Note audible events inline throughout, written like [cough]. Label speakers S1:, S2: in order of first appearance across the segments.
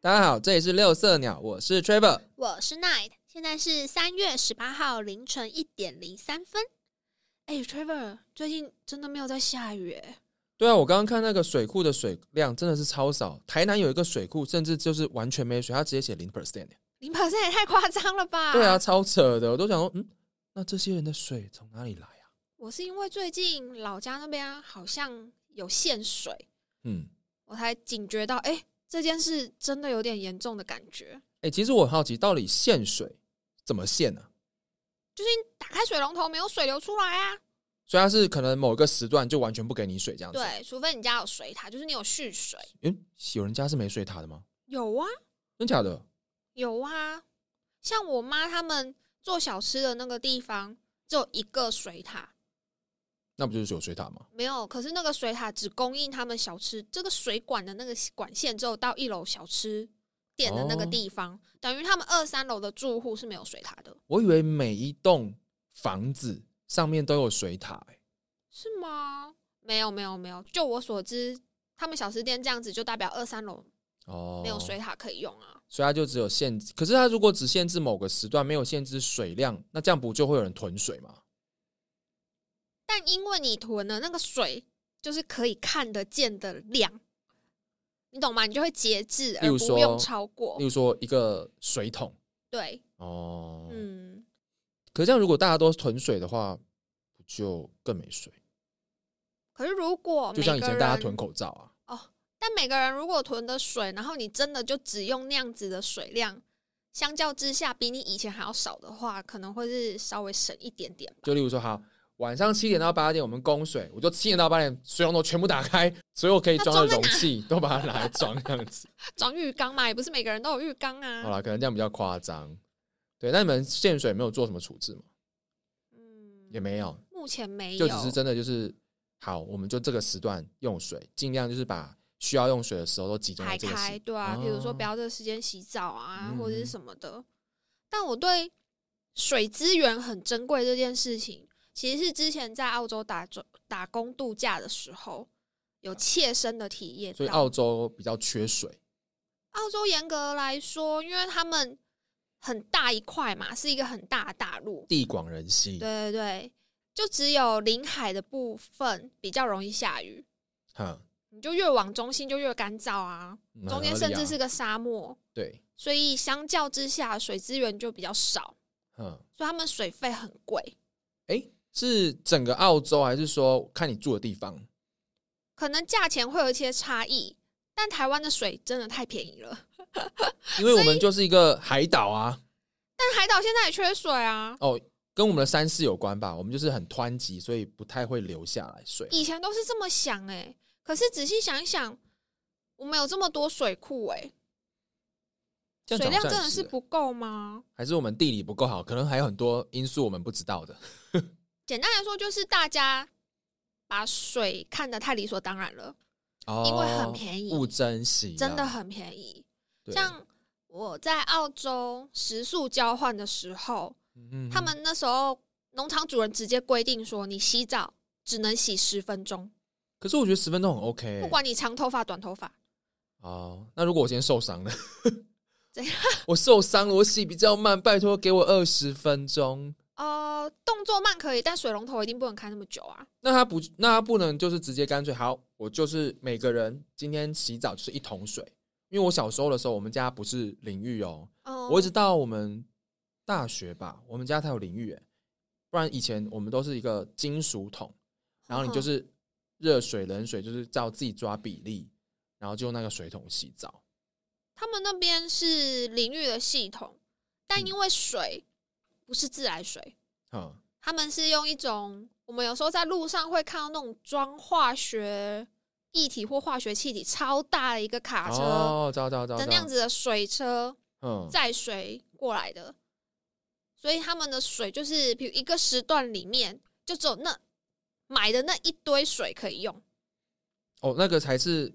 S1: 大家好，这里是六色鸟，我是 Trevor。
S2: 我是 Night，现在是三月十八号凌晨一点零三分。哎、t r e v o r 最近真的没有在下雨哎、
S1: 对啊，我刚刚看那个水库的水量真的是超少，台南有一个水库甚至就是完全没水，它直接写零 percent。
S2: 零 p e 也太夸张了吧？
S1: 对啊，，超扯的，我都想说，嗯，那这些人的水从哪里来啊？
S2: 我是因为最近老家那边啊好像有限水，
S1: 嗯，
S2: 我才警觉到，哎、这件事真的有点严重的感觉。
S1: 哎、其实我很好奇，到底限水怎么限呢、啊？
S2: 打开水龙头没有水流出来啊？
S1: 所以它是可能某个时段就完全不给你水这样子。，
S2: 对，除非你家有水塔，就是你有蓄水。
S1: 嗯，有人家是没水塔的吗？
S2: 有啊，
S1: 真假的？
S2: 有啊，像我妈他们做小吃的那个地方，只有一个水塔，
S1: 那不就是有水塔吗？
S2: 没有。可是那个水塔只供应他们小吃，这个水管的那个管线只有到一楼小吃店的那个
S1: 哦
S2: 地方，等于他们二三楼的住户是没有水塔的，
S1: 我以为每一栋房子上面都有水塔、欸，
S2: 是吗？没有，没有，没有。就我所知，他们小吃店这样子就代表二三楼
S1: 哦，
S2: 没有水塔可以用啊。
S1: 所以它就只有限制。可是它如果只限制某个时段，没有限制水量，那这样不就会有人囤水吗？
S2: 但因为你囤了那个水，就是可以看得见的量，你懂吗？你就会节制，
S1: 例
S2: 而
S1: 如
S2: 不
S1: 说
S2: 用超过
S1: 例。如说一个水桶，
S2: 对，
S1: 哦，
S2: 嗯，
S1: 可是这样如果大家都囤水的话，不就更没水？
S2: 可是如果
S1: 就
S2: 每
S1: 像以
S2: 个
S1: 前
S2: 人，
S1: 大家囤口罩啊，
S2: 但每个人如果囤的水，然后你真的就只用那样子的水量，相较之下比你以前还要少的话，可能会是稍微省一点点吧。
S1: 就例如说，好，晚上七点到八点我们供水，我就七点到八点水龙头全部打开，所有可以装的容器都把它拿来装这样子。
S2: 装浴缸嘛，也不是每个人都有浴缸
S1: 好
S2: 啊。
S1: 啦，可能这样比较夸张。对，那你们限水没有做什么处置吗？
S2: 嗯，
S1: 也没有，
S2: 目前没有，
S1: 就只是真的就是好，我们就这个时段用水，尽量就是把需要用水的时候都集中在
S2: 排
S1: 这个时
S2: 开，。对啊，比如说
S1: 哦
S2: 不要这个时间洗澡啊，或者
S1: 嗯
S2: 是什么的。但我对水资源很珍贵这件事情，其实是之前在澳洲打工打工度假的时候有切身的体验到。
S1: 所以澳洲比较缺水，
S2: 澳洲严格来说，因为他们很大一块嘛，是一个很大的大陆，
S1: 地广人稀。
S2: 对对对，就只有临海的部分比较容易下雨，
S1: 哈，
S2: 你就越往中心就越干燥啊，
S1: 嗯
S2: 中
S1: 很
S2: 间
S1: 合
S2: 甚
S1: 理啊
S2: 至是个沙漠。
S1: 对，
S2: 所以相较之下，水资源就比较少，
S1: 嗯，
S2: 所以他们水费很贵。
S1: 是整个澳洲还是说看你住的地方？
S2: 啊可能价钱会有一些差异，但台湾的水真的太便宜了。
S1: 因为我们就是一个海岛啊，哦
S2: 但海岛现在也缺水啊，
S1: 跟我们的山势有关吧，我们就是很湍急，所以不太会流下来水。
S2: 以前都是这么想哎、可是仔细想一想，我们有这么多水库哎、
S1: 这样
S2: 水
S1: 讲
S2: 量
S1: 好
S2: 真
S1: 像
S2: 的
S1: 也
S2: 是
S1: 是
S2: 不够吗？
S1: 还是我们地理不够好，可能还有很多因素我们不知道的。
S2: 简单来说，就是大家把水看得太理所当然了，
S1: 哦，
S2: 因为很便宜，
S1: 不珍惜啊，
S2: 真的很便宜。
S1: 对啊
S2: 像我在澳洲食宿交换的时候，
S1: 嗯
S2: 他们那时候农场主人直接规定说，你洗澡只能洗十分钟，
S1: 可是我觉得十分钟很 OK，欸、
S2: 不管你长头发短头发。
S1: 哦，那如果我今天受伤了，
S2: 怎样？
S1: [laughs] 我受伤了，我洗比较慢，拜托给我二十分钟。
S2: 呃，动作慢可以，但水龙头一定不能开那么久啊。
S1: 那他不，那他不能就是直接干脆好，我就是每个人今天洗澡就是一桶水，因为我小时候的时候，我们家不是淋浴哦，
S2: 哦、
S1: 我一直到我们大学吧，我们家才有淋浴欸，不然以前我们都是一个金属桶，然后你就
S2: 嗯
S1: 是热水、冷水，就是照自己抓比例，然后就用那个水桶洗澡。
S2: 他们那边是淋浴的系统，但因为水不是自来水，
S1: 嗯，
S2: 他们是用一种我们有时候在路上会看到那种装化学液体或化学气体超大的一个卡车
S1: 哦，知道知道知道，
S2: 的
S1: 知
S2: 那样
S1: 道，
S2: 子的水车，
S1: 嗯，
S2: 载水过来的，所以他们的水就是，比如一个时段里面就只有那买的那一堆水可以用。
S1: 哦，那个才是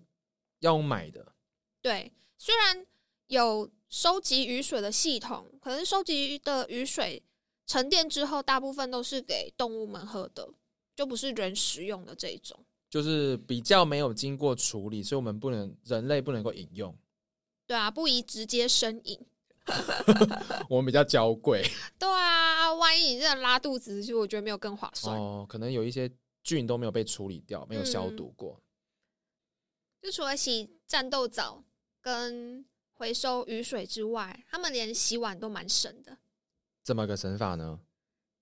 S1: 要用买的，
S2: 对，虽然有收集雨水的系统，可是收集的雨水沉淀之后，大部分都是给动物们喝的，就不是人食用的这一种。
S1: 就是比较没有经过处理，所以我们不能人类不能够饮用。
S2: 对啊，不宜直接生饮。
S1: [laughs] 我们比较娇贵
S2: 对啊，万一你真的拉肚子，就我觉得没有更划算。
S1: 哦，可能有一些菌都没有被处理掉，没有消毒过。
S2: 就除了洗战斗澡跟回收雨水之外，他们连洗碗都蛮省的。
S1: 这么个神法呢？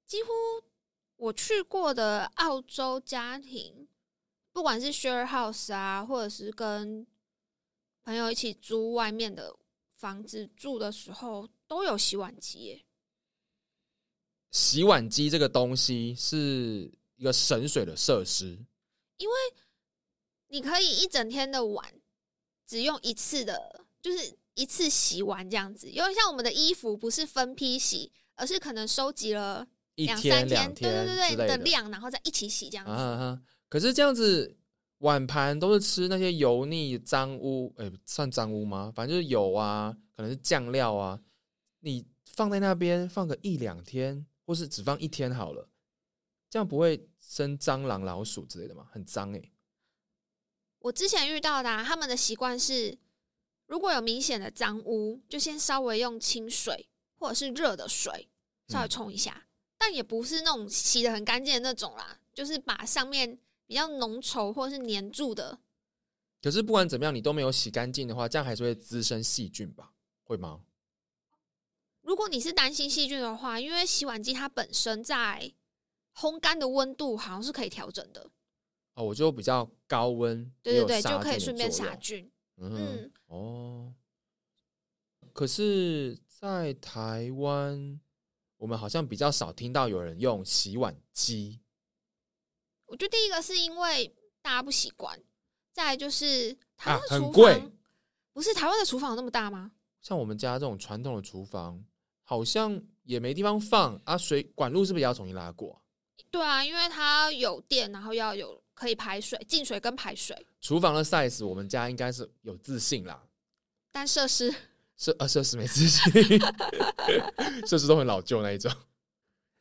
S2: 几乎我去过的澳洲家庭，不管是 share house 啊，或者是跟朋友一起租外面的房子住的时候，都有洗碗机耶。
S1: 洗碗机这个东西是一个省水的设施，
S2: 你可以一整天的碗只用一次的，就是一次洗完这样子。有点像我们的衣服，不是分批洗，而是可能收集了
S1: 一
S2: 两三
S1: 两
S2: 对对
S1: 天之
S2: 对对
S1: 类
S2: 的
S1: 的
S2: 量，然后再一起洗这样子。
S1: 啊哈哈！可是这样子，碗盘都是吃那些油腻、脏污，哎、算脏污吗？反正就是油啊，可能是酱料啊。你放在那边放个一两天，或是只放一天好了，这样不会生蟑螂、老鼠之类的吗？很脏哎、
S2: 我之前遇到的、啊，他们的习惯是，如果有明显的脏污，就先稍微用清水或者是热的水稍
S1: 嗯
S2: 微冲一下，但也不是那种洗的很干净的那种啦，就是把上面比较浓稠或者是粘住的
S1: 可是不管怎么样，你都没有洗干净的话，这样还是会滋生细菌吧？会吗？
S2: 如果你是担心细菌的话，因为洗碗机它本身在烘干的温度好像是可以调整的，
S1: 哦，我就比较高温，
S2: 对
S1: 也
S2: 对
S1: 有
S2: 对，
S1: 杀
S2: 就可
S1: 菌的
S2: 以顺便
S1: 作
S2: 杀
S1: 用
S2: 菌。
S1: 嗯哼
S2: 嗯，
S1: 哦，可是，在台湾，我们好像比较少听到有人用洗碗机。
S2: 我觉得第一个是因为大家不习惯，再来就是台湾的
S1: 啊很
S2: 厨房、
S1: 贵
S2: 不是台湾的厨房有那么大吗？
S1: 像我们家这种传统的厨房，好像也没地方放啊。水管路是不是也要重新拉过啊？
S2: 对啊，因为它有电，然后要有可以排水、进水跟排水，
S1: 厨房的 size，我们家应该是有自信啦。
S2: 但设施
S1: 设呃设施没自信， [laughs] 设施都很老旧那一种。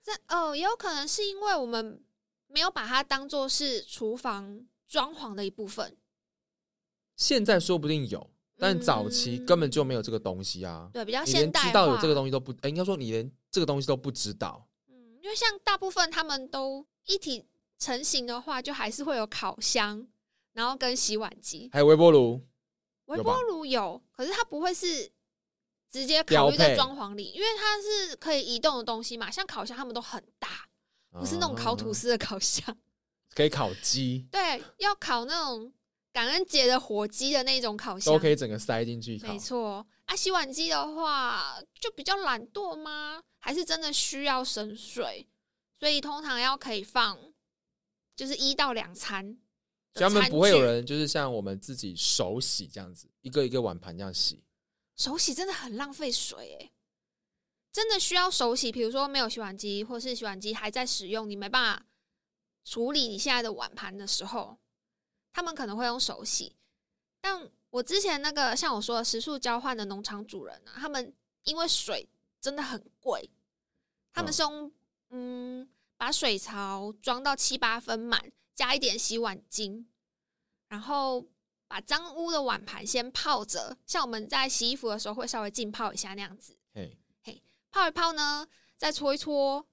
S2: 这哦也有可能是因为我们没有把它当做是厨房装潢的一部分。
S1: 现在说不定有，但早期根本就没有这个东西啊。
S2: 嗯对，比较
S1: 你
S2: 现
S1: 连
S2: 代化。
S1: 知道有这个东西都不，哎，应该说你连这个东西都不知道。
S2: 嗯，因为像大部分他们都一体成型的话，就还是会有烤箱，然后跟洗碗机、
S1: 还有微波炉，
S2: 微
S1: 有吧
S2: 波炉有，可是它不会是直接
S1: 标
S2: 考虑在
S1: 配
S2: 装潢里，因为它是可以移动的东西嘛。像烤箱，他们都很大，不是那种烤吐
S1: 啊，
S2: 司的烤箱， [laughs]
S1: 可以烤鸡，
S2: 对，要烤那种感恩节的火鸡的那种烤箱
S1: 都，可以整个塞进去烤
S2: 没。错。啊，洗碗机的话就比较懒惰吗？还是真的需要省水？所以通常要可以放，就是一到两餐的
S1: 所以他们
S2: 餐
S1: 不会有
S2: 具
S1: 人就是像我们自己手洗这样子，一个一个碗盘这样洗。
S2: 手洗，真的很浪费水诶、真的需要手洗。比如说没有洗碗机，或是洗碗机还在使用，你没办法处理你现在的碗盘的时候，他们可能会用手洗。但我之前那个像我说的食宿交换的农场主人啊，他们因为水真的很贵，他们
S1: 嗯
S2: 是用嗯把水槽装到七八分满，加一点洗碗精，然后把脏污的碗盘先泡着，像我们在洗衣服的时候会稍微浸泡一下那样子，
S1: 嘿，
S2: 泡一泡呢，再搓一搓，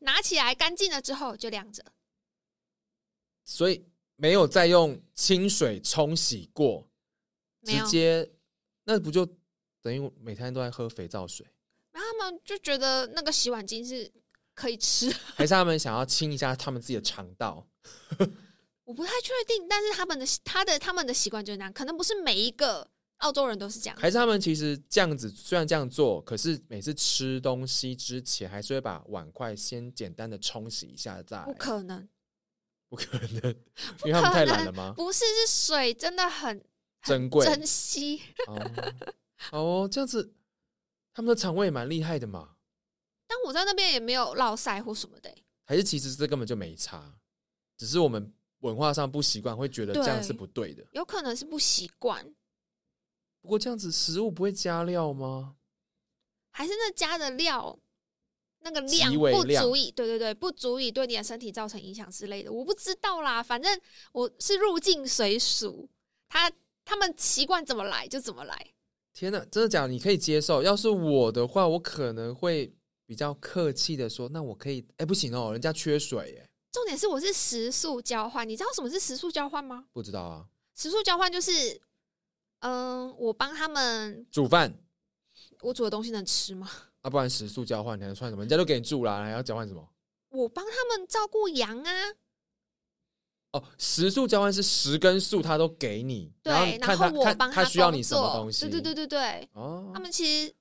S2: 拿起来干净了之后就晾着。
S1: 所以没有再用清水冲洗过，
S2: 没
S1: 直
S2: 有，
S1: 接那不就等于我每天都在喝肥皂水？ [laughs]
S2: 然后他们就觉得那个洗碗巾是可以吃，
S1: 还是他们想要清一下他们自己的肠道？
S2: 嗯我不太确定，但是他们的他的他们的习惯就是那样，可能不是每一个澳洲人都是这样。
S1: 还是他们其实这样子虽然这样做，可是每次吃东西之前还是会把碗筷先简单的冲洗一下再？
S2: 不可能，
S1: 不可能，因为他们太懒了
S2: [laughs]
S1: 吗？
S2: 不是是水真的很
S1: 珍贵
S2: 珍惜，
S1: 哦，好哦，这样子他们的肠胃也蛮厉害的嘛，
S2: 但我在那边也没有落晒或什么的欸、
S1: 还是其实这根本就没差，只是我们文化上不习惯，会觉得这样是不对的。
S2: 有可能是不习惯，
S1: 不过这样子食物不会加料吗？
S2: 还是那加的料那个量
S1: 极为
S2: 不
S1: 量
S2: 足以，对对对，不足以对你的身体造成影响之类的，我不知道啦。反正我是入境随俗，他他们习惯怎么来就怎么来，
S1: 天哪，真的假的？你可以接受？要是我的话，我可能会比较客气的说，那我可以，哎，不行哦，人家缺水，哎，
S2: 重点是我是时速交换，你知道什么是时速交换吗？
S1: 不知道啊，
S2: 时速交换就是，嗯，我帮他们，
S1: 煮饭
S2: 我煮的东西能吃吗？
S1: 啊，不然食宿交换，你还能算什么？人家都给你住啦，还要交换什么？
S2: 我帮他们照顾羊啊，
S1: 哦，食宿交换是食跟宿他都给你，然后
S2: 对
S1: 你，看
S2: 然
S1: 他
S2: 后我
S1: 看
S2: 帮
S1: 他需要你
S2: 工
S1: 什么
S2: 作
S1: 东西，
S2: 对对对对对，
S1: 哦
S2: 他，们其实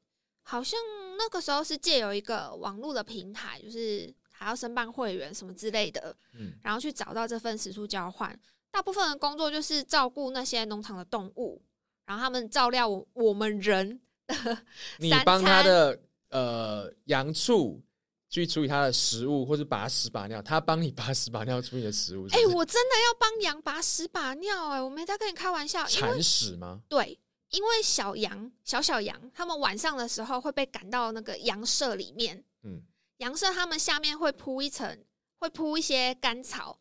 S2: 好像那个时候是借由一个网络的平台，就是还要申办会员什么之类的，
S1: 嗯，
S2: 然后去找到这份食宿交换。大部分的工作就是照顾那些农场的动物，然后他们照料我我们人
S1: 你
S2: 三
S1: 帮他
S2: 餐
S1: 的呃羊畜去处理他的食物，或者把屎把尿，他帮你把屎把尿处理你的食物是
S2: 哎、
S1: 不是
S2: 我真的要帮羊把屎把尿哎、我没在跟你开玩笑，因为
S1: 铲屎吗？
S2: 对，因为小羊小小羊，它们晚上的时候会被赶到那个羊舍里面，
S1: 嗯，
S2: 羊舍它们下面会铺一层，会铺一些干草，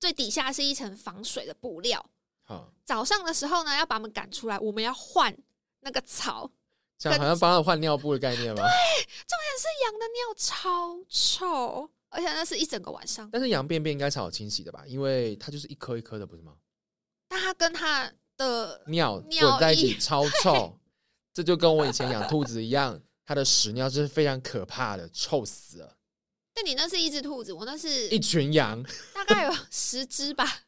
S2: 最底下是一层防水的布料。
S1: 好，
S2: 早上的时候呢，要把它们赶出来，我们要换那个草。
S1: 这样
S2: 跟
S1: 好像帮他换尿布的概念吗？
S2: 羊的尿超臭，而且那是一整个晚上。
S1: 但是羊便便应该是好清洗的吧？因为它就是一颗一颗的，不是吗？
S2: 但它跟它的
S1: 尿
S2: 尿
S1: 混在一
S2: 液
S1: 起超
S2: [laughs]
S1: 臭，这就跟我以前养兔子一样，它的屎尿真是非常可怕的，臭死了。
S2: 但你那是一只兔子，我那是
S1: 一群羊，
S2: 大概有十只吧，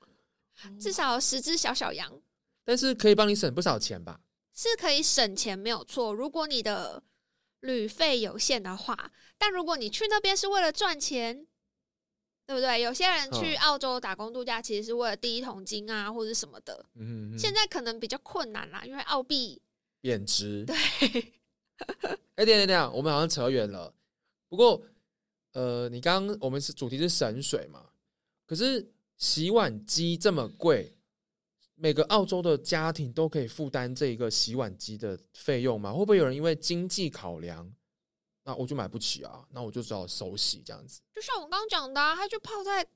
S2: 至少有十只小小羊
S1: 但是可以帮你省不少钱吧？
S2: 是可以省钱没有错。如果你的旅费有限的话，但如果你去那边是为了赚钱，对不对？有些人去
S1: 嗯
S2: 澳洲打工度假，其实是为了第一桶金啊，或者什么的。
S1: 嗯，
S2: 现在可能比较困难啦，因为澳币
S1: 贬值。对， [laughs] 哎，等一下等一下，我们好像扯远了。不过，呃，你刚刚我们是主题是省水嘛，可是洗碗机这么贵，每个澳洲的家庭都可以负担这一个洗碗机的费用吗？会不会有人因为经济考量，那我就买不起啊，那我就只好手洗这样子？
S2: 就像我刚刚讲的、啊，它就泡在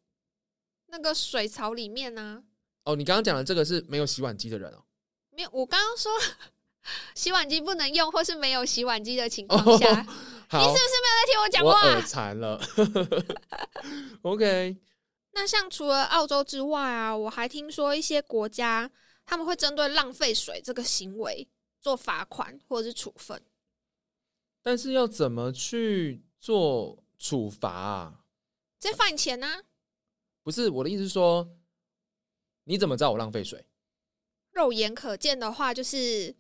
S2: 那个水槽里面啊呢、
S1: 哦，你刚刚讲的这个是没有洗碗机的人哦。
S2: 没有，我刚刚说洗碗机不能用，或是没有洗碗机的情况下，你是
S1: 好，
S2: 不是没有在听我讲
S1: 哦我
S2: 话？啊
S1: 耳残了。OK，
S2: 那像除了澳洲之外啊，我还听说一些国家他们会针对浪费水这个行为做罚款或者是处分。
S1: 但是要怎么去做处罚啊？
S2: 直接罚你钱啊，
S1: 不是我的意思是说，你怎么知道我浪费水？
S2: 肉眼可见的话，就是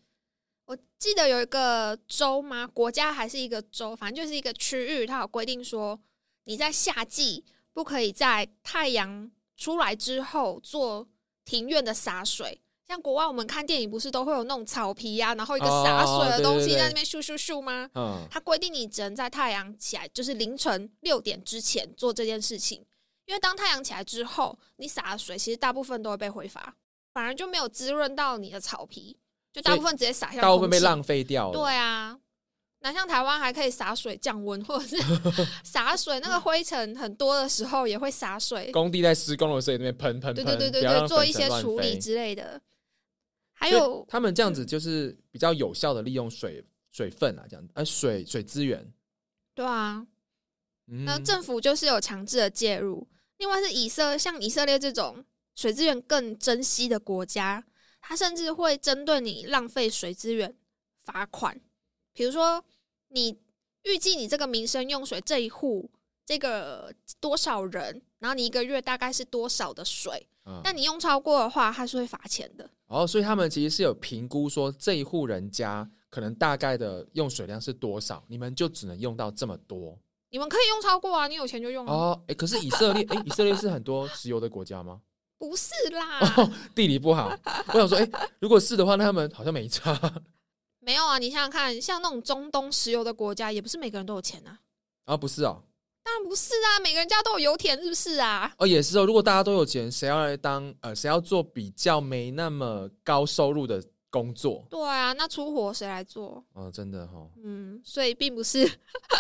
S2: 我记得有一个州吗？国家还是一个州，反正就是一个区域，它有规定说，你在夏季不可以在太阳出来之后做庭院的洒水。像国外我们看电影不是都会有那种草皮呀、然后一个洒水
S1: 哦对
S2: 的东
S1: 对
S2: 西
S1: 对
S2: 在那边咻咻咻吗？
S1: 嗯，
S2: 它规定你只能在太阳起来，就是凌晨六点之前做这件事情，因为当太阳起来之后，你洒的水其实大部分都会被挥发，反而就没有滋润到你的草皮，就大部分直接洒向
S1: 大部分被
S2: 空气。
S1: 浪费掉了。
S2: 对啊，哪像台湾还可以洒水降温，或
S1: [laughs]
S2: 者是洒水那个灰尘很多的时候也会洒水，
S1: 工地在施工的时候也在那边喷喷
S2: 对
S1: 喷，
S2: 对对对
S1: 不要
S2: 对，
S1: 让
S2: 做
S1: 粉
S2: 一
S1: 尘
S2: 些
S1: 乱
S2: 处理
S1: 飞
S2: 之类的。还
S1: 所以
S2: 有嗯
S1: 他们这样子就是比较有效的利用水水分啊，这样子，呃，水水资源。
S2: 对啊，
S1: 嗯
S2: 那政府就是有强制的介入。另外是以色像以色列这种水资源更珍惜的国家，它甚至会针对你浪费水资源罚款。比如说，你预计你这个民生用水这一户这个多少人，然后你一个月大概是多少的水，
S1: 嗯
S2: 但你用超过的话，它是会罚钱的。
S1: 哦，所以他们其实是有评估说这一户人家可能大概的用水量是多少，你们就只能用到这么多。
S2: 你们可以用超过啊，你有钱就用啊，
S1: 哦，哎、可是以色列，哎、以色列是很多石油的国家吗？ [laughs]
S2: 不是啦，
S1: 地理不好，我想说，哎、如果是的话，那他们好像没差。 [laughs]
S2: 没有啊。你想想看，像那种中东石油的国家，也不是每个人都有钱啊。
S1: 啊，不是哦，
S2: 当然不是啊，每个人家都有油田，是不是啊？
S1: 哦也是哦。如果大家都有钱，谁要来当呃，谁要做比较没那么高收入的工作？
S2: 对啊，那出活谁来做？
S1: 哦，真的哈、哦。
S2: 嗯，所以并不是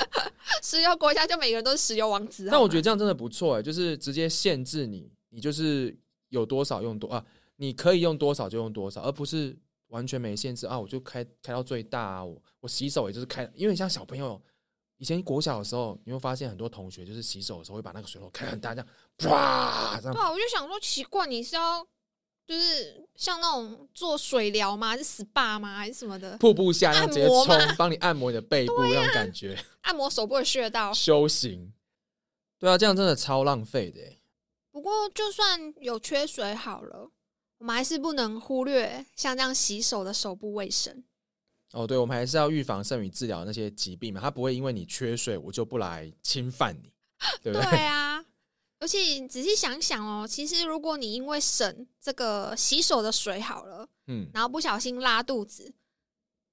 S2: [laughs] 石油国家就每个人都是石油王子。
S1: 但我觉得
S2: 得
S1: 这样真的不错哎，就是直接限制你，你就是有多少用多啊，你可以用多少就用多少，而不是完全没限制啊，我就开开到最大、啊，我我洗手也就是开，因为像小朋友以前国小的时候，你会发现很多同学就是洗手的时候会把那个水龙头开很大，这样啪这
S2: 对
S1: 样，
S2: 啊，我就想说奇怪，你是要就是像那种做水疗吗？还是 SPA 吗？还是什么的？
S1: 瀑布下然后直接
S2: 按摩啊
S1: 冲
S2: 吗，
S1: 帮你按摩你的背部，那种感觉。
S2: 按摩手部的穴道。
S1: 修行。对啊，这样真的超浪费的欸。
S2: 不过就算有缺水好了，我们还是不能忽略像这样洗手的手部卫生。
S1: 哦，对，我们还是要预防剩余治疗那些疾病嘛，它不会因为你缺水我就不来侵犯你，对不
S2: 对
S1: 对？
S2: 啊，而且你仔细想想哦，其实如果你因为省这个洗手的水好了，
S1: 嗯，
S2: 然后不小心拉肚子，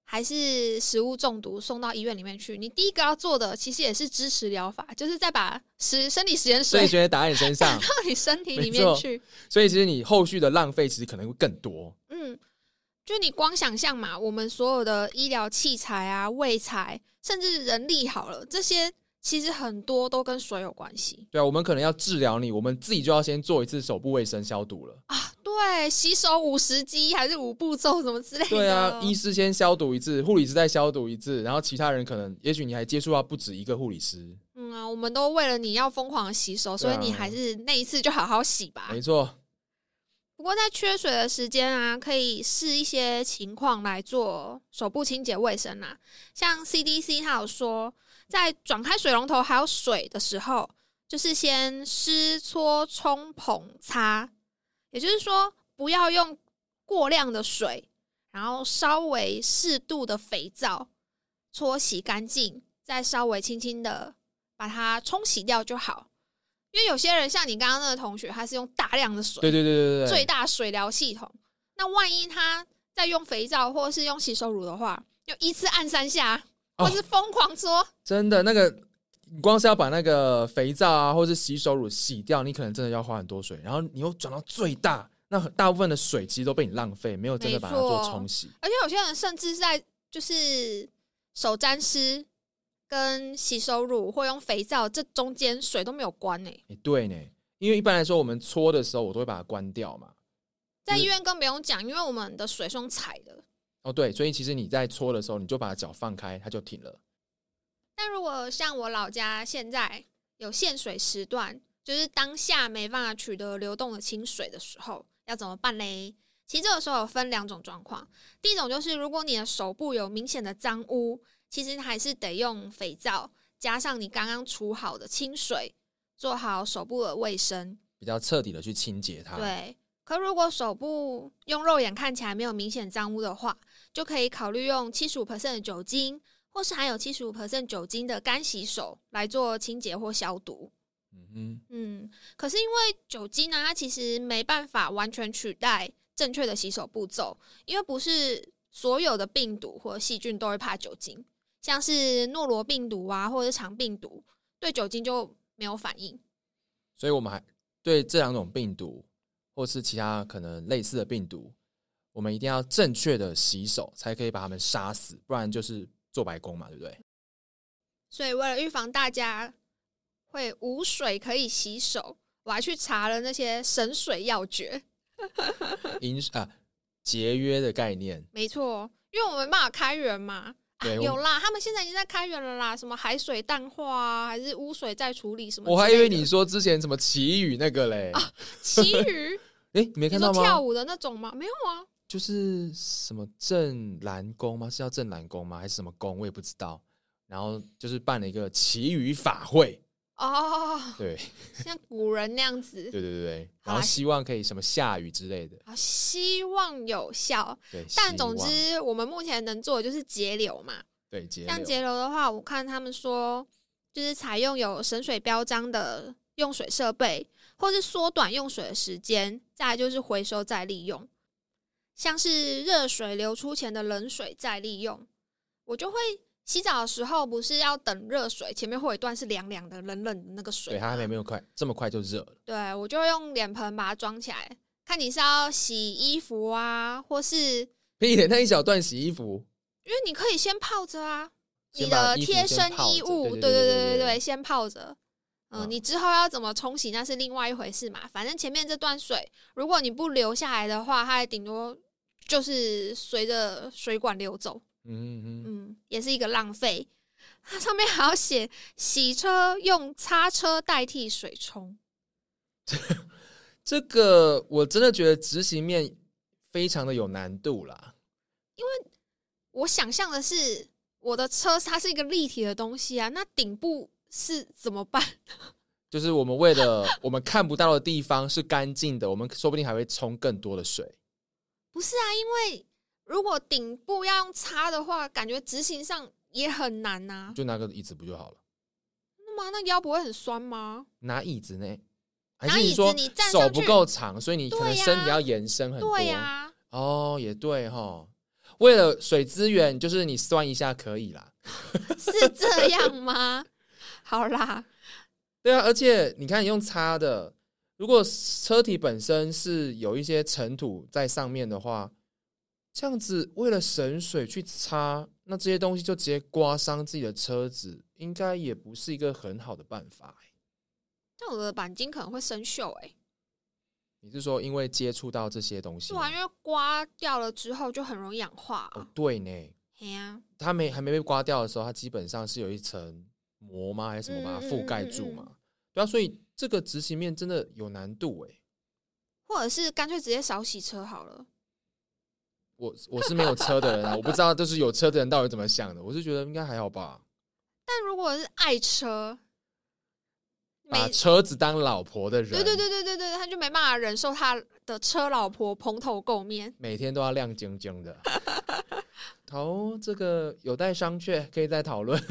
S2: 还是食物中毒送到医院里面去，你第一个要做的其实也是支持疗法，就是再把食身体实验
S1: 所以
S2: 水
S1: 觉得打在你身
S2: 打
S1: 上
S2: 到，你身体里
S1: 没错
S2: 面去。
S1: 所以其实你后续的浪费其实可能会更多。
S2: 嗯，就你光想象嘛，我们所有的医疗器材啊、卫材，甚至人力好了，这些其实很多都跟水有关系
S1: 对啊，我们可能要治疗你，我们自己就要先做一次手部卫生消毒了。
S2: 啊。对，洗手五十机还是五步骤什么之类的。
S1: 对啊，医师先消毒一次，护理师再消毒一次，然后其他人可能，也许你还接触到不止一个护理师。
S2: 嗯啊，我们都为了你要疯狂的洗手，所以
S1: 对啊
S2: 你还是那一次就好好洗吧。
S1: 没错，
S2: 不过在缺水的时间啊，可以视一些情况来做手部清洁卫生啦。像 CDC 它有说，在转开水龙头还有水的时候，就是先湿搓、冲、捧、擦，也就是说不要用过量的水，然后稍微适度的肥皂搓洗干净，再稍微轻轻的把它冲洗掉就好。因为有些人像你刚刚那个同学，他是用大量的水，
S1: 对对对对对
S2: 最
S1: 对，
S2: 大水疗系统。那万一他再用肥皂或是用洗手乳的话，就一次按三下，
S1: 哦
S2: 或是疯狂搓，
S1: 真的那个，你光是要把那个肥皂啊，或是洗手乳洗掉，你可能真的要花很多水，然后你又转到最大，那很大部分的水其实都被你浪费，没有真的把它做冲洗。
S2: 而且有些人甚至在就是手沾湿跟洗手乳或用肥皂这中间水都没有关呢、欸
S1: 诶哎对呢，因为一般来说我们搓的时候，我都会把它关掉嘛。
S2: 在
S1: 嗯
S2: 医院更不用讲，因为我们的水是用踩的。
S1: 哦，对，所以其实你在搓的时候，你就把脚放开，它就停了。
S2: 但如果像我老家现在有限水时段，就是当下没办法取得流动的清水的时候，要怎么办嘞？其实这个时候有分两种状况，第一种就是如果你的手部有明显的脏污，其实还是得用肥皂加上你刚刚除好的清水，做好手部的卫生。
S1: 比较彻底的去清洁它。，
S2: 对，可如果手部用肉眼看起来没有明显脏污的话，就可以考虑用七十五的酒精，或是含有七十五酒精的干洗手来做清洁或消毒。
S1: 嗯
S2: 嗯，可是因为酒精呢、它其实没办法完全取代正确的洗手步骤，因为不是所有的病毒或细菌都会怕酒精，像是诺罗病毒啊，或者是肠病毒，对酒精就没有反应。
S1: 哼，所以我们还对这两种病毒，或是其他可能类似的病毒，我们一定要正确的洗手，才可以把它们杀死，不然就是做白工嘛，对不对？
S2: 所以为了预防大家会无水可以洗手，我还去查了那些省水要诀。
S1: 饮啊，节约的概念，
S2: 没错，哦因为我们没办法开源嘛。啊
S1: 对我
S2: 有啦，他们现在已经在开源了啦，什么海水淡化啊，还是污水再处理什么之类
S1: 我
S2: 的？
S1: 还以为你说之前什么奇遇那个嘞， [laughs]
S2: 其余
S1: 诶，你没
S2: 你
S1: 看
S2: 说
S1: 到
S2: 跳
S1: 吗？
S2: 舞的那种吗？没有啊，
S1: 就是什么正蓝宫吗？是叫正蓝宫吗？还是什么宫？我也不知道。然后就是办了一个奇遇法会，
S2: 哦，
S1: 对
S2: 像古人那样子。
S1: 对对对对，
S2: 好
S1: 然
S2: 啊
S1: 后
S2: 啦
S1: 希望可以什么下雨之类的，
S2: 好，希望有效，
S1: 对。
S2: 但
S1: 希
S2: 总
S1: 望
S2: 之我们目前能做的就是节流嘛。
S1: 对节
S2: 像
S1: 流
S2: 节流的话，我看他们说，就是采用有省水标章的用水设备，或是缩短用水的时间，再来就是回收再利用，像是热水流出前的冷水再利用。我就会洗澡的时候，不是要等热水，前面会有一段是凉凉的、冷冷的那个水
S1: 对它还没
S2: 吗
S1: 没有快这么快就热了，
S2: 对我就会用脸盆把它装起来，看你是要洗衣服啊，或是
S1: 屁咧那一小段洗衣服，
S2: 因为你可以先泡着啊，
S1: 先
S2: 你
S1: 把
S2: 的
S1: 衣服
S2: 贴
S1: 先
S2: 身
S1: 泡
S2: 衣
S1: 着
S2: 物，
S1: 对对
S2: 对对
S1: 对对
S2: 对，先泡着。嗯，
S1: 嗯
S2: 你之后要怎么冲洗那是另外一回事嘛。反正前面这段水，如果你不留下来的话，它也顶多就是随着水管流走，
S1: 嗯嗯嗯，
S2: 嗯，也是一个浪费。它上面还要写洗车用擦车代替水冲，
S1: 这个我真的觉得执行面非常的有难度啦。
S2: 我想象的是我的车它是一个立体的东西啊，那顶部是怎么办？
S1: 就是我们为了我们看不到的地方是干净的，我们说不定还会冲更多的水。
S2: 不是啊，因为如果顶部要用擦的话，感觉执行上也很难啊呐、
S1: 就拿个椅子不就好了？
S2: 那么那腰不会很酸吗？
S1: 拿椅子呢？还
S2: 拿
S1: 是
S2: 椅
S1: 你
S2: 子
S1: 说
S2: 你站上
S1: 手
S2: 去
S1: 不够长，所以你可
S2: 对
S1: 能
S2: 呀
S1: 身体要延伸很多？
S2: 对呀、啊
S1: 哦，也对哈。为了水资源，就是你算一下可以啦。
S2: 是这样吗？ [laughs] 好啦，
S1: 对啊，而且你看，你用擦的，如果车体本身是有一些尘土在上面的话，这样子为了省水去擦，那这些东西就直接刮伤自己的车子，应该也不是一个很好的办法欸。
S2: 但我的钣金可能会生锈哎、欸，
S1: 你是说因为接触到这些东西
S2: 是
S1: 吗？
S2: 啊完因为刮掉了之后就很容易氧化
S1: 哦
S2: 啊。，
S1: 对呢，
S2: 哎呀、
S1: 它没还没被刮掉的时候，它基本上是有一层膜吗还是什么把它
S2: 嗯嗯
S1: 覆盖
S2: 嗯嗯
S1: 住
S2: 嗯
S1: 嘛？对啊，所以这个执行面真的有难度欸诶、
S2: 或者是干脆直接少洗车好了。
S1: 我 [laughs] 我是没有车的人啊，我不知道就是有车的人到底怎么想的。我是觉得应该还好吧，
S2: 但如果是爱车，没
S1: 把车子当老婆的人，
S2: 对对，对对对对，他就没办法忍受他的车老婆蓬头垢面。
S1: 每天都要亮晶晶的。 [laughs] 好，这个有待商榷，可以再讨论。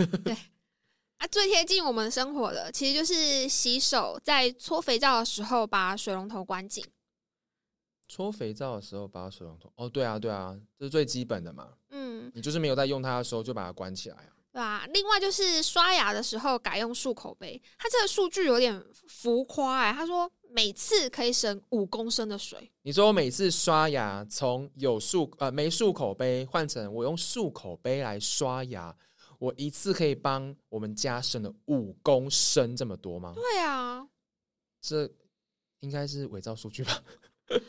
S1: [laughs]
S2: 啊，最贴近我们生活的其实就是洗手，在搓肥皂的时候把水龙头关紧。
S1: 搓肥皂的时候把水龙头，哦，对啊对啊，这是最基本的嘛。
S2: 嗯，
S1: 你就是没有在用它的时候就把它关起来啊。
S2: 对吧、另外就是刷牙的时候改用漱口杯，它这个数据有点浮夸哎、他说每次可以省五公升的水，
S1: 你说我每次刷牙从有漱呃没漱口杯换成我用漱口杯来刷牙，我一次可以帮我们家省了五公升这么多吗？
S2: 对啊，
S1: 这应该是伪造数据吧？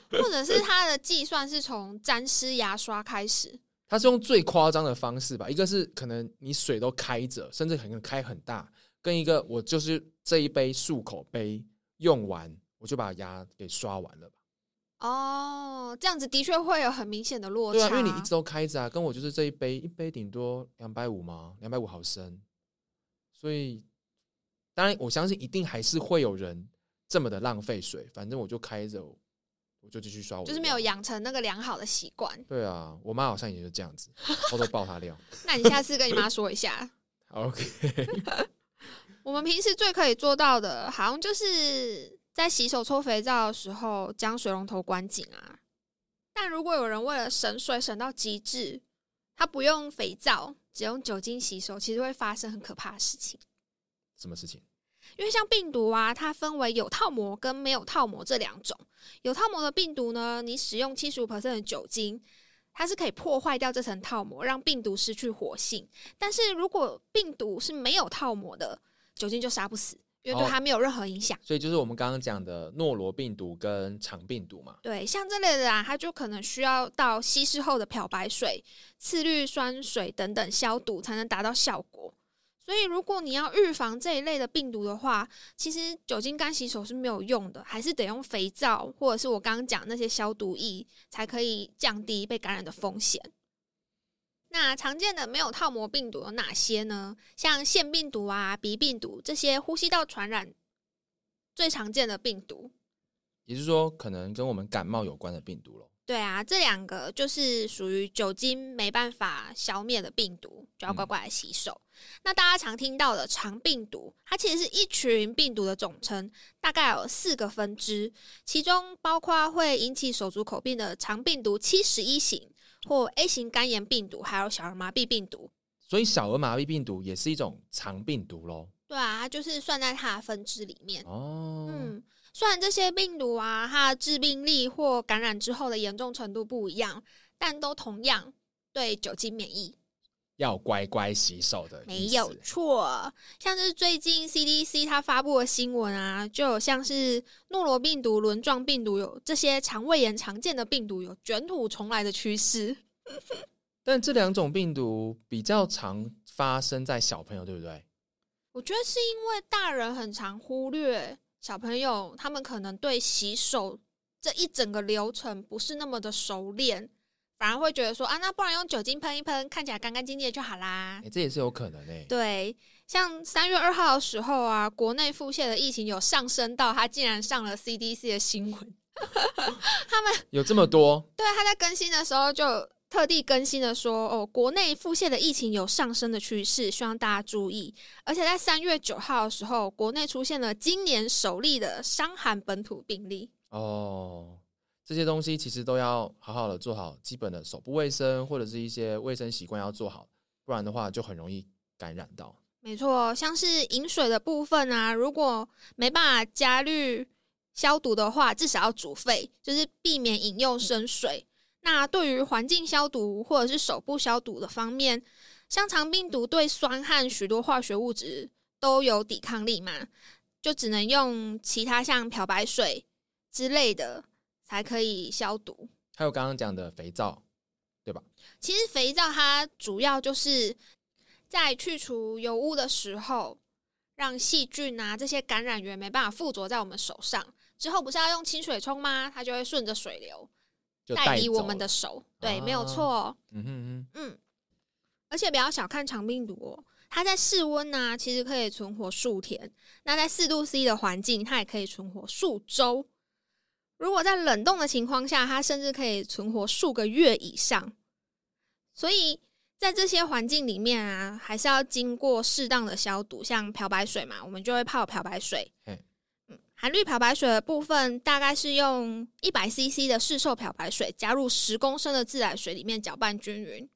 S2: 或者是它的计算是从沾湿牙刷开始，
S1: 它是用最夸张的方式吧？一个是可能你水都开着，甚至可能开很大，跟一个我就是这一杯漱口杯用完，我就把牙给刷完了吧？
S2: 哦，这样子的确会有很明显的落
S1: 对
S2: 差。
S1: 啊，因为你一直都开着啊，跟我就是这一杯，一杯顶多两百五嘛，两百五毫升，所以当然我相信一定还是会有人这么的浪费水，反正我就开着，我就继续刷我的
S2: 就是没有
S1: 牙。
S2: 养成那个良好的习惯。
S1: 对啊，我妈好像也是这样子，偷偷爆她料。
S2: 那你下次跟你妈说一下。
S1: OK，
S2: 我们平时最可以做到的，好像就是在洗手搓肥皂的时候将水龙头关紧啊。但如果有人为了省水省到极致，他不用肥皂，只用酒精洗手，其实会发生很可怕的事情。
S1: [laughs] 什么事情？
S2: 因为像病毒啊，它分为有套膜跟没有套膜这两种。有套膜的病毒呢，你使用七十五的酒精，它是可以破坏掉这层套膜，让病毒失去活性。但是如果病毒是没有套膜的，酒精就杀不死，因为对它没有任何影响。
S1: 所以就是我们刚刚讲的诺罗病毒跟肠病毒嘛。
S2: 对，像这类的啊，它就可能需要到稀释后的漂白水、次氯酸水等等消毒，才能达到效果。所以，如果你要预防这一类的病毒的话，其实酒精干洗手是没有用的，还是得用肥皂或者是我刚刚讲那些消毒液，才可以降低被感染的风险。那常见的没有套膜病毒有哪些呢？像腺病毒啊、鼻病毒这些呼吸道传染最常见的病毒。
S1: 也就是说，可能跟我们感冒有关的病毒咯。
S2: 对啊，这两个就是属于酒精没办法消灭的病毒，就要乖乖地洗手。那大家常听到的肠病毒，它其实是一群病毒的总称，大概有四个分支，其中包括会引起手足口病的肠病毒七十一型，或 A 型肝炎病毒，还有小儿麻痹病毒。
S1: 所以小儿麻痹病毒也是一种肠病毒咯。
S2: 对啊，它就是算在它的分支里面。
S1: 哦，
S2: 嗯，虽然这些病毒啊，它的致病力或感染之后的严重程度不一样，但都同样对酒精免疫。
S1: 要乖乖洗手的
S2: 没
S1: 意思。
S2: 有错，像是最近 CDC 它发布的新闻啊，就有像是诺罗病毒、轮状病毒有这些肠胃炎常见的病毒有卷土重来的趋势。
S1: 但这两种病毒比较常发生在小朋友，对不对？
S2: 啊我觉得是因为大人很常忽略小朋友，他们可能对洗手这一整个流程不是那么的熟练，反而会觉得说啊，那不然用酒精喷一喷，看起来干干净净的就好啦
S1: 哎、。这也是有可能诶、
S2: 对，像三月二号的时候啊，国内腹泻的疫情有上升到它竟然上了 CDC 的新闻。
S1: 有这么多，
S2: 对，它在更新的时候就特地更新的说，哦，国内腹泻的疫情有上升的趋势，希望大家注意。而且在三月九号的时候，国内出现了今年首例的伤寒本土病例。
S1: 哦，这些东西其实都要好好的做好基本的手部卫生，或者是一些卫生习惯要做好，不然的话就很容易感染到。
S2: 没错，像是饮水的部分啊，如果没办法加氯消毒的话，至少要煮沸，就是避免饮用生水。那对于环境消毒或者是手部消毒的方面，香肠病毒对酸和许多化学物质都有抵抗力嘛，就只能用其他像漂白水之类的才可以消毒。
S1: 还有刚刚讲的肥皂，
S2: 其实肥皂它主要就是在去除油污的时候，让细菌啊这些感染源没办法附着在我们手上。之后不是要用清水冲吗？它就会顺着水流
S1: 就
S2: 带离
S1: 走
S2: 我们的
S1: 了，
S2: 手。对，
S1: 啊
S2: 没有错哦、
S1: 嗯哼嗯
S2: 嗯，而且不要小看肠病毒哦，它在室温呢、其实可以存活数天；那在四度 C 的环境，它也可以存活数周。如果在冷冻的情况下，它甚至可以存活数个月以上。所以在这些环境里面啊，还是要经过适当的消毒，像漂白水嘛，我们就会泡漂白水。
S1: 嘿
S2: 嗯，含氯漂白水的部分大概是用一百 CC 的市售漂白水加入十公升的自来水里面搅拌均匀，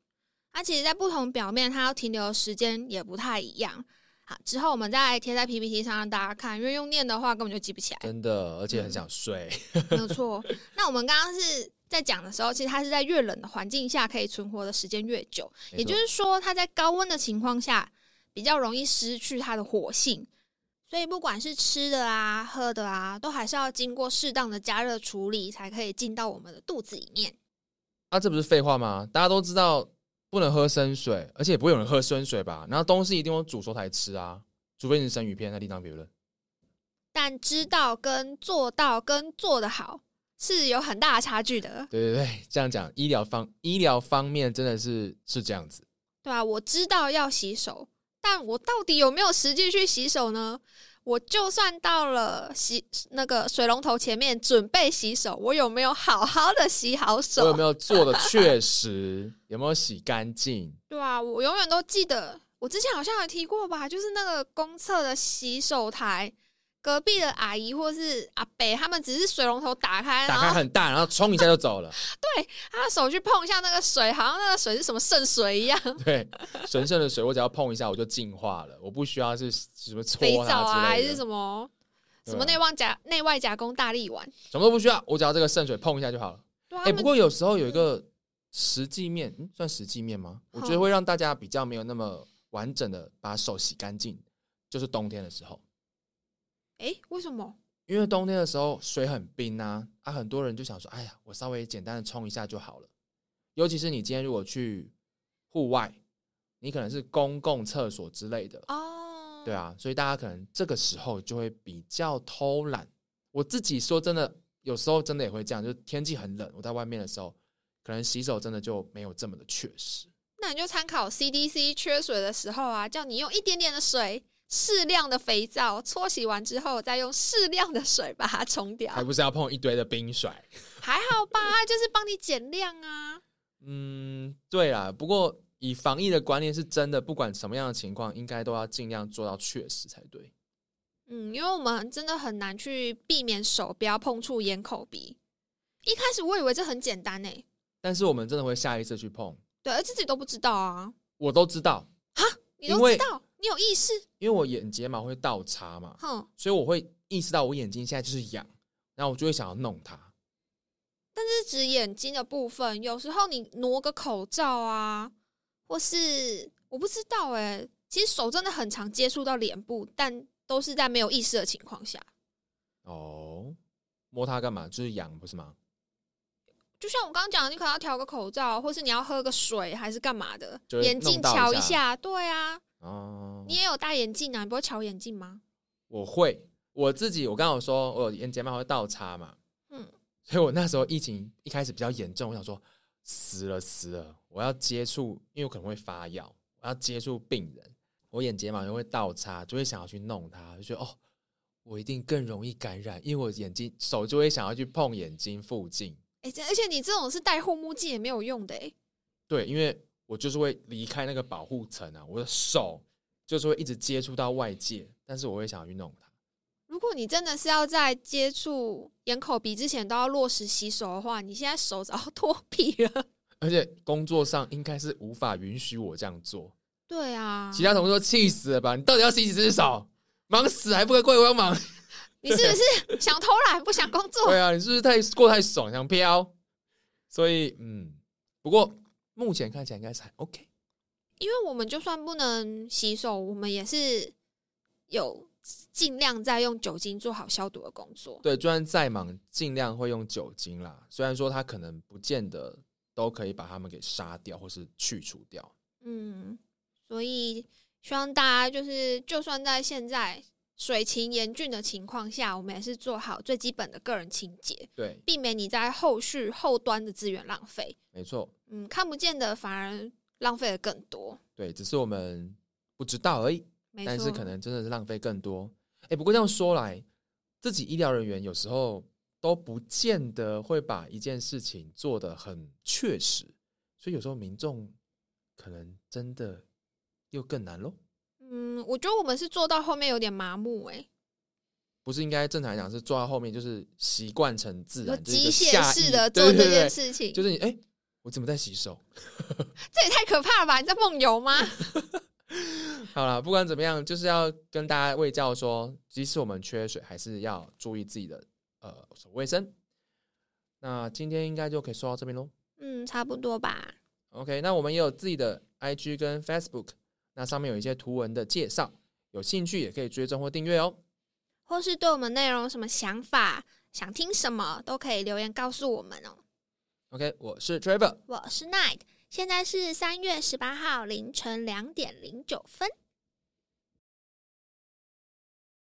S2: 它其实在不同表面它要停留的时间也不太一样。好，之后我们再贴在 PPT 上让大家看，因为用念的话根本就记不起来，
S1: 真的，而且
S2: 嗯
S1: 很想睡。
S2: 没有错。哦那我们刚刚是在讲的时候，其实它是在越冷的环境下可以存活的时间越久，
S1: 没
S2: 也就
S1: 错
S2: 是说它在高温的情况下比较容易失去它的活性。所以不管是吃的啊、喝的啊，都还是要经过适当的加热处理，才可以进到我们的肚子里面。
S1: 啊，这不是废话吗？大家都知道不能喝生水，而且也不会有人喝生水吧？然后东西一定要煮熟才吃啊，除非你是生鱼片，那另当别论。
S2: 但知道跟做到跟做得好是有很大的差距的。
S1: 对对对，这样讲医疗方医疗方面真的是是这样子。
S2: 对啊，我知道要洗手，但我到底有没有实际去洗手呢？我就算到了洗那个水龙头前面准备洗手，我有没有好好的洗好
S1: 我有
S2: 手
S1: 没？有做的确实，有没有洗干净？
S2: 对啊，我永远都记得，我之前好像有提过吧，就是那个公厕的洗手台，隔壁的阿姨或是阿伯，他们只是水龙头打开，
S1: 打开
S2: 然后
S1: 很大，然后冲一下就走了。
S2: 他的手去碰一下那个水，好像那个水是什么圣水一样。
S1: 对， [laughs] 神圣的水，我只要碰一下我就净化了，我不需要是什么搓
S2: 肥皂啊，
S1: 它
S2: 还
S1: 之类
S2: 是
S1: 的，
S2: 什么
S1: 对啊
S2: 什么内外夹内外夹攻大力丸。
S1: 什么都不需要，我只要这个圣水碰一下就好了。
S2: 对啊，
S1: 哎、
S2: 他们
S1: 不过有时候有一个实际面，嗯、算实际面吗？我觉得
S2: 好
S1: 会让大家比较没有那么完整的把手洗干净，就是冬天的时候，
S2: 哎、为什么？
S1: 因为冬天的时候水很冰啊，啊，很多人就想说，哎呀，我稍微简单的冲一下就好了。尤其是你今天如果去户外，你可能是公共厕所之类的，
S2: 哦，
S1: 对，啊，所以大家可能这个时候就会比较偷懒。我自己说真的，有时候真的也会这样，就是天气很冷，我在外面的时候，可能洗手真的就没有这么的确实。
S2: 那你就参考 CDC 缺水的时候啊，叫你用一点点的水、适量的肥皂搓洗完之后，再用适量的水把它冲掉
S1: [laughs] 还，不是要碰一堆的冰水。
S2: 还好吧？就是帮你减量啊。
S1: 嗯，对啦，不过以防疫的观念是真的，不管什么样的情况，应该都要尽量做到确实才对。
S2: 嗯，因为我们真的很难去避免手不要碰触眼、口、鼻。一开始我以为这很简单呢、欸
S1: 但是我们真的会下意识去碰，
S2: 对，而自己都不知道啊，
S1: 我都知道，
S2: 你都
S1: 因为
S2: 知道，你有意识，
S1: 因为我眼睫毛会倒插嘛，
S2: 哼、
S1: 所以我会意识到我眼睛现在就是痒，然后我就会想要弄它。
S2: 是指眼睛的部分，有时候你挪个口罩啊，或是我不知道哎、其实手真的很常接触到脸部，但都是在没有意识的情况下。
S1: 哦，摸它干嘛？就是痒，不是吗？
S2: 就像我刚刚讲的，你可能要调个口罩，或是你要喝个水，还是干嘛的？
S1: 就会
S2: 眼镜
S1: 弄到
S2: 瞧
S1: 一
S2: 一
S1: 下
S2: 下，对啊，
S1: 哦，
S2: 你也有戴眼镜啊，你不会瞧眼镜吗？
S1: 我会我自己，我刚刚有说我有眼睫毛会倒插嘛，
S2: 嗯
S1: 嗯，所以我那时候疫情一开始比较严重，我想说死了死了，我要接触，因为我可能会发药，我要接触病人，我眼睫毛就会倒插，就会想要去弄它，就觉得哦，我一定更容易感染，因为我眼睛手就会想要去碰眼睛附近，
S2: 哎、这而且你这种是戴护目镜也没有用的哎、
S1: 对，因为我就是会离开那个保护层啊，我的手就是会一直接触到外界，但是我会想要去弄它。
S2: 如果你真的是要在接触眼口鼻之前都要落实洗手的话，你现在手早要脱皮了。 [laughs]
S1: 而且工作上应该是无法允许我这样做。
S2: 对啊，
S1: 其他同事都气死了吧？你到底要洗几只手？忙死还不给跪我忙？ [laughs]
S2: 你是不是想偷懒不想工作？
S1: 对啊，你是不是太过太爽，想飘？所以嗯，不过目前看起来应该是还 OK。
S2: 因为我们就算不能洗手，我们也是有尽量在用酒精做好消毒的工作。
S1: 对，就算再忙，尽量会用酒精啦。虽然说它可能不见得都可以把它们给杀掉或是去除掉。
S2: 嗯，所以希望大家就是，就算在现在水情严峻的情况下，我们也是做好最基本的个人清洁，
S1: 对，
S2: 避免你在后续后端的资源浪费。
S1: 没错，
S2: 嗯，看不见的反而浪费的更多。
S1: 对，只是我们不知道而已。
S2: 没错，
S1: 但是可能真的是浪费更多。哎、不过这样说来，自己医疗人员有时候都不见得会把一件事情做得很确实，所以有时候民众可能真的又更难喽。
S2: 嗯，我觉得我们是做到后面有点麻木、欸，
S1: 不是应该正常来讲是做到后面就是习惯成自
S2: 有
S1: 然，就是一
S2: 机
S1: 个
S2: 械
S1: 下
S2: 式
S1: 意
S2: 的
S1: 对
S2: 做
S1: 对
S2: 这
S1: 对
S2: 件
S1: 对
S2: 事情，
S1: 就是你哎、诶我怎么在洗手？
S2: 这也太可怕了吧？你在梦
S1: [laughs]
S2: 游吗？
S1: 好了，不管怎么样，就是要跟大家卫教说，即使我们缺水，还是要注意自己的呃手卫生。那今天应该就可以说到这边喽。
S2: 嗯，差不多吧。
S1: OK，那我们也有自己的 IG 跟 Facebook，那上面有一些图文的介绍，有兴趣也可以追踪或订阅哦。
S2: 或是对我们内容有什么想法，想听什么，都可以留言告诉我们哦。
S1: OK，我是 Trevor，
S2: 我是 Night，现在是三月十八号凌晨两点零九分，